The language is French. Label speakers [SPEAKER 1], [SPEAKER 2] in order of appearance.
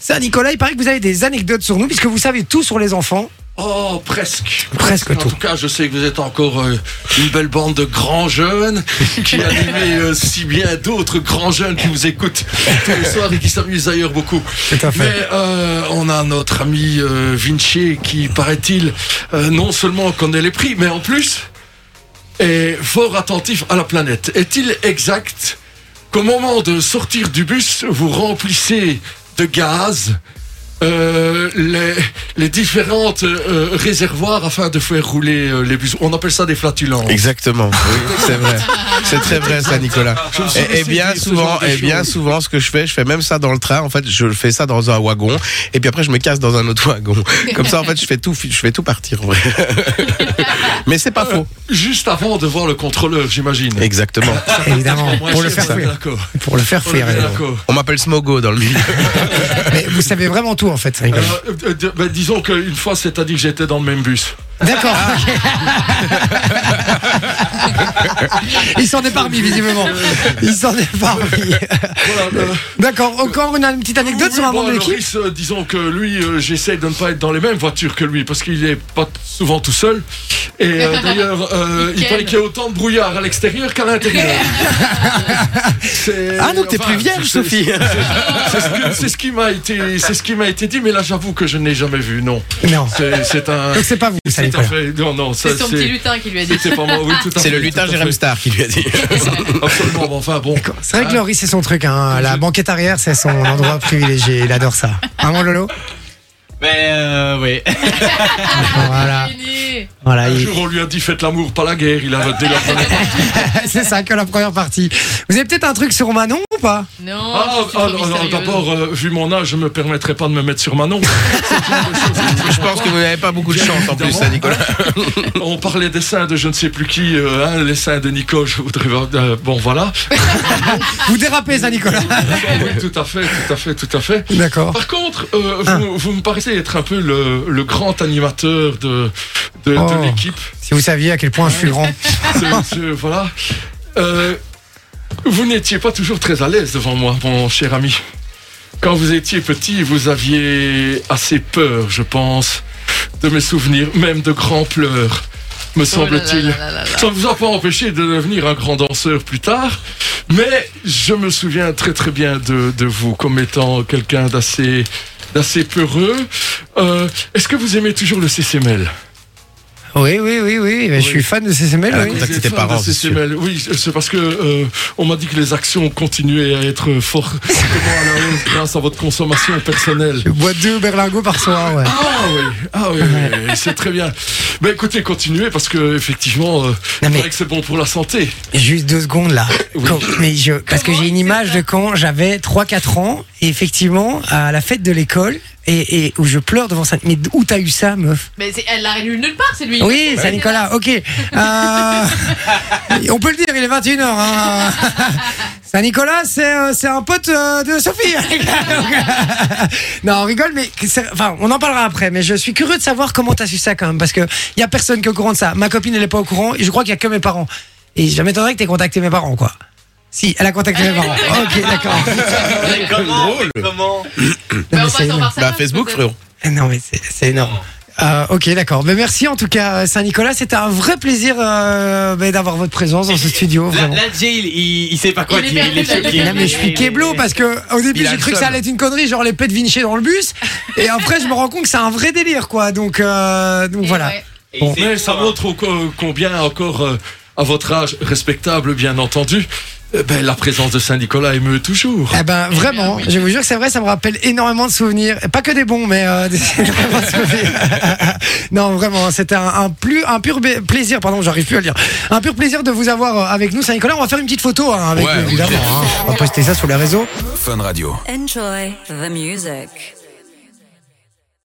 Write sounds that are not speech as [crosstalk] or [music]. [SPEAKER 1] Ça, Nicolas, il paraît que vous avez des anecdotes sur nous, puisque vous savez tout sur les enfants.
[SPEAKER 2] Oh, presque.
[SPEAKER 1] Presque
[SPEAKER 2] En
[SPEAKER 1] tout.
[SPEAKER 2] tout cas, je sais que vous êtes encore euh, une belle bande de
[SPEAKER 1] [laughs]
[SPEAKER 2] grands jeunes qui animez euh, si bien d'autres grands jeunes qui vous écoutent tous les soirs et qui s'amusent d'ailleurs beaucoup.
[SPEAKER 1] Tout à fait.
[SPEAKER 2] Mais euh, on a notre ami euh, Vinci qui, paraît-il, euh, non seulement connaît les prix, mais en plus est fort attentif à la planète. Est-il exact qu'au moment de sortir du bus, vous remplissez de gaz euh, les, les différentes euh, réservoirs afin de faire rouler euh, les bus. On appelle ça des flatulences.
[SPEAKER 3] Exactement, oui, c'est vrai. C'est très vrai ça, Nicolas.
[SPEAKER 2] Ah Je me suis
[SPEAKER 3] Et, et
[SPEAKER 2] laissé
[SPEAKER 3] bien
[SPEAKER 2] dire ce
[SPEAKER 3] souvent,
[SPEAKER 2] genre de
[SPEAKER 3] et bien
[SPEAKER 2] choses.
[SPEAKER 3] souvent, ce que je fais, je fais même ça dans le train. En fait, je fais ça dans un wagon, et puis après, je me casse dans un autre wagon. Comme ça, en fait, je fais tout, je fais tout partir. en vrai. Mais c'est pas faux.
[SPEAKER 2] Juste avant de voir le contrôleur, j'imagine.
[SPEAKER 3] Exactement.
[SPEAKER 1] Évidemment,
[SPEAKER 2] Moi,
[SPEAKER 1] pour
[SPEAKER 2] je
[SPEAKER 1] le
[SPEAKER 2] sais,
[SPEAKER 1] faire
[SPEAKER 2] on est
[SPEAKER 1] fuir.
[SPEAKER 2] d'accord.
[SPEAKER 1] Pour le faire
[SPEAKER 2] On est
[SPEAKER 1] fuir. évidemment.
[SPEAKER 2] d'accord.
[SPEAKER 3] On m'appelle Smogo dans le milieu.
[SPEAKER 1] Mais vous savez vraiment tout, en fait, ça, Nicolas.
[SPEAKER 2] Euh, euh, d- ben, disons qu'une fois, c'est-à-dire que j'étais dans le même bus. [laughs]
[SPEAKER 1] D'accord. il s'en est parmi, visiblement. Il s'en est parmi.
[SPEAKER 2] Voilà, euh,
[SPEAKER 1] D'accord. Encore une, une petite anecdote
[SPEAKER 2] oui,
[SPEAKER 1] sur un
[SPEAKER 2] bon,
[SPEAKER 1] membre de l'équipe
[SPEAKER 2] Loris, euh, disons que lui, euh, j'essaie de ne pas être dans les mêmes voitures que lui, parce qu'il est pas t- souvent tout seul. Et
[SPEAKER 4] [laughs]
[SPEAKER 2] euh, d'ailleurs, euh, il
[SPEAKER 4] Nickel.
[SPEAKER 2] paraît qu'il y a autant de brouillard à l'extérieur qu'à
[SPEAKER 4] [laughs]
[SPEAKER 2] l'intérieur. C'est-
[SPEAKER 1] Ah, donc t'es
[SPEAKER 2] enfin,
[SPEAKER 1] plus vierge,
[SPEAKER 2] c'est-
[SPEAKER 1] Sophie.
[SPEAKER 2] C'est ce que- c'est ce qui m'a été, c'est ce qui m'a été dit, mais là, j'avoue que je ne l'ai jamais vu. Non,
[SPEAKER 1] Non.
[SPEAKER 2] c'est c'est un.
[SPEAKER 1] Donc c'est pas vous, ça,
[SPEAKER 2] C'est un
[SPEAKER 1] Nicolas.
[SPEAKER 2] fait. Non, non, ça,
[SPEAKER 4] C'est son petit lutin qui lui a dit.
[SPEAKER 2] C'était pas moi, oui, tout à fait,
[SPEAKER 3] C'est le lutin
[SPEAKER 2] tout à
[SPEAKER 3] Jérém
[SPEAKER 2] fait.
[SPEAKER 3] Star qui lui a dit.
[SPEAKER 2] Absolument, mais enfin
[SPEAKER 3] [laughs]
[SPEAKER 2] bon.
[SPEAKER 1] D'accord. C'est vrai que Laurie, c'est son truc. Hein. La banquette arrière, c'est son endroit privilégié. Il adore ça. Maman
[SPEAKER 2] [laughs]
[SPEAKER 1] Lolo
[SPEAKER 5] Mais euh, oui.
[SPEAKER 1] Voilà.
[SPEAKER 4] Fini.
[SPEAKER 1] voilà
[SPEAKER 2] Un
[SPEAKER 1] il-
[SPEAKER 2] jour, on lui a dit faites l'amour, pas la guerre. Il a voté
[SPEAKER 3] [laughs]
[SPEAKER 2] la première partie.
[SPEAKER 1] [laughs] c'est ça que la première partie. Vous avez peut-être un truc sur Manon ou pas
[SPEAKER 4] Non.
[SPEAKER 2] Ah,
[SPEAKER 4] je suis
[SPEAKER 2] ah,
[SPEAKER 4] trop Oh
[SPEAKER 2] non, non,
[SPEAKER 4] mystérieuse.
[SPEAKER 2] d'abord, euh, vu mon âge, je me permettrai pas de me mettre sur
[SPEAKER 4] [laughs]
[SPEAKER 2] Manon.
[SPEAKER 3] Je pense que vous n'avez pas beaucoup de chance en plus, ça,
[SPEAKER 2] [laughs]
[SPEAKER 3] Nicolas.
[SPEAKER 2] On parlait des seins de je ne sais plus qui, euh, hein, les seins de Nico. Je voudrais. euh, bon,
[SPEAKER 4] [laughs]
[SPEAKER 2] voilà.
[SPEAKER 1] Vous dérapez ça, Nicolas
[SPEAKER 2] Oui, tout à fait, tout à fait, tout à fait.
[SPEAKER 1] [laughs] D'accord.
[SPEAKER 2] Par contre, euh,
[SPEAKER 4] Ah.
[SPEAKER 2] vous, vous me paraissez être un peu le, le grand animateur de, de, de
[SPEAKER 1] Oh.
[SPEAKER 2] l'équipe.
[SPEAKER 1] Si vous saviez à quel point je suis grand.
[SPEAKER 2] C'est- c'est- voilà. Euh, vous n'étiez pas toujours très à l'aise devant moi, mon cher ami. Quand vous étiez petit, vous aviez assez peur, je pense, de mes souvenirs, même de grands pleurs, me
[SPEAKER 4] Oh là là
[SPEAKER 2] semble-t-il.
[SPEAKER 4] là là là.
[SPEAKER 2] Ça ne vous a pas empêché de devenir un grand danseur plus tard, mais je me souviens très très bien de, de vous comme étant quelqu'un d'assez d'assez peureux. Euh, Est-ce que vous aimez toujours le CCML
[SPEAKER 1] Oui, oui, oui, oui. mais Je
[SPEAKER 2] Oui.
[SPEAKER 1] suis fan de CCML.
[SPEAKER 3] Ah,
[SPEAKER 1] oui.
[SPEAKER 3] contacter
[SPEAKER 2] Les
[SPEAKER 3] tes
[SPEAKER 2] fans
[SPEAKER 3] parents,
[SPEAKER 2] de
[SPEAKER 3] c'est
[SPEAKER 2] CCML. Oui, c'est parce que euh, on m'a dit que les actions continuaient à être [laughs] fortes à la hausse grâce à votre consommation personnelle.
[SPEAKER 1] Je bois deux berlingots par soir. Ouais.
[SPEAKER 2] Ah oui, ah oui, oui, oui, c'est très bien. Mais écoutez, continuez parce que effectivement, euh,
[SPEAKER 1] Non,
[SPEAKER 2] il
[SPEAKER 1] mais-
[SPEAKER 2] paraît que c'est bon pour la santé.
[SPEAKER 1] Juste deux secondes là.
[SPEAKER 2] Oui.
[SPEAKER 1] Quand- mais je, parce que
[SPEAKER 4] Comment
[SPEAKER 1] j'ai une
[SPEAKER 4] c'est
[SPEAKER 1] image
[SPEAKER 4] ça
[SPEAKER 1] de quand j'avais 3-4 ans, et effectivement, à la fête de l'école, et, et où je pleure devant ça. Mais où t'as eu ça, meuf
[SPEAKER 4] Mais c'est- elle l'a lu nulle part, c'est lui.
[SPEAKER 1] Oui, c'est Nicolas, ok.
[SPEAKER 4] [laughs]
[SPEAKER 1] Euh, on peut le dire, il est 21h.
[SPEAKER 4] [laughs]
[SPEAKER 1] Hein. Saint Nicolas, c'est euh, c'est un pote euh, de Sophie. [laughs] non, on rigole, mais c'est- enfin, on en parlera après. Mais je suis curieux de savoir comment t'as su ça quand même, parce que il y a personne qui est au courant de ça. Ma copine, elle est pas au courant, et je crois qu'il y a que mes parents. Et je m'étonnerais que t'aies contacté mes parents, quoi. Si, elle a contacté mes
[SPEAKER 4] [laughs]
[SPEAKER 1] parents. Ok, d'accord.
[SPEAKER 5] [laughs] Mais comment mais Comment
[SPEAKER 1] Non,
[SPEAKER 4] Bah,
[SPEAKER 1] mais
[SPEAKER 4] on
[SPEAKER 1] c'est
[SPEAKER 4] Bah, passe en
[SPEAKER 1] énorme.
[SPEAKER 4] Barça,
[SPEAKER 3] Bah Facebook,
[SPEAKER 4] peut-être.
[SPEAKER 3] frérot.
[SPEAKER 1] [laughs] Non, mais c'est- c'est énorme. Euh, ok, d'accord. Mais merci en tout cas, Saint-Nicolas. C'était un vrai plaisir euh, ben, d'avoir votre présence
[SPEAKER 3] [laughs]
[SPEAKER 1] dans ce studio.
[SPEAKER 5] Là,
[SPEAKER 1] Vraiment.
[SPEAKER 5] là, Jay, il, il, il sait pas quoi
[SPEAKER 4] Il est
[SPEAKER 5] dire. Il est
[SPEAKER 4] perdu,
[SPEAKER 5] choqué.
[SPEAKER 4] là,
[SPEAKER 1] Là, mais je suis kéblo parce que au début
[SPEAKER 3] Il a
[SPEAKER 1] j'ai
[SPEAKER 3] le
[SPEAKER 1] cru que
[SPEAKER 3] seum.
[SPEAKER 1] ça allait être une connerie, genre les pets de Vinci dans le bus, et après je me rends compte que c'est un vrai délire, quoi. Donc, euh, donc
[SPEAKER 4] Et
[SPEAKER 1] voilà.
[SPEAKER 4] Eh ouais.
[SPEAKER 5] Et il
[SPEAKER 1] Bon.
[SPEAKER 5] sait
[SPEAKER 2] Mais
[SPEAKER 5] pas.
[SPEAKER 2] ça montre au- co- combien encore, euh, à votre âge respectable bien entendu, euh, ben, la présence de Saint Nicolas émeut toujours.
[SPEAKER 1] Eh ben vraiment, je vous jure que c'est vrai, ça me rappelle énormément de souvenirs, Et pas que des bons, mais euh, [laughs] des énormément de souvenirs. [laughs] non vraiment, c'était un, un plus un pur bé- plaisir, pardon, j'arrive plus à le dire, un pur plaisir de vous avoir euh, avec nous, Saint-Nicolas. On va faire une petite photo hein, avec
[SPEAKER 3] Ouais,
[SPEAKER 1] vous, évidemment, hein. on va poster ça sur les réseaux.
[SPEAKER 6] Enjoy the music.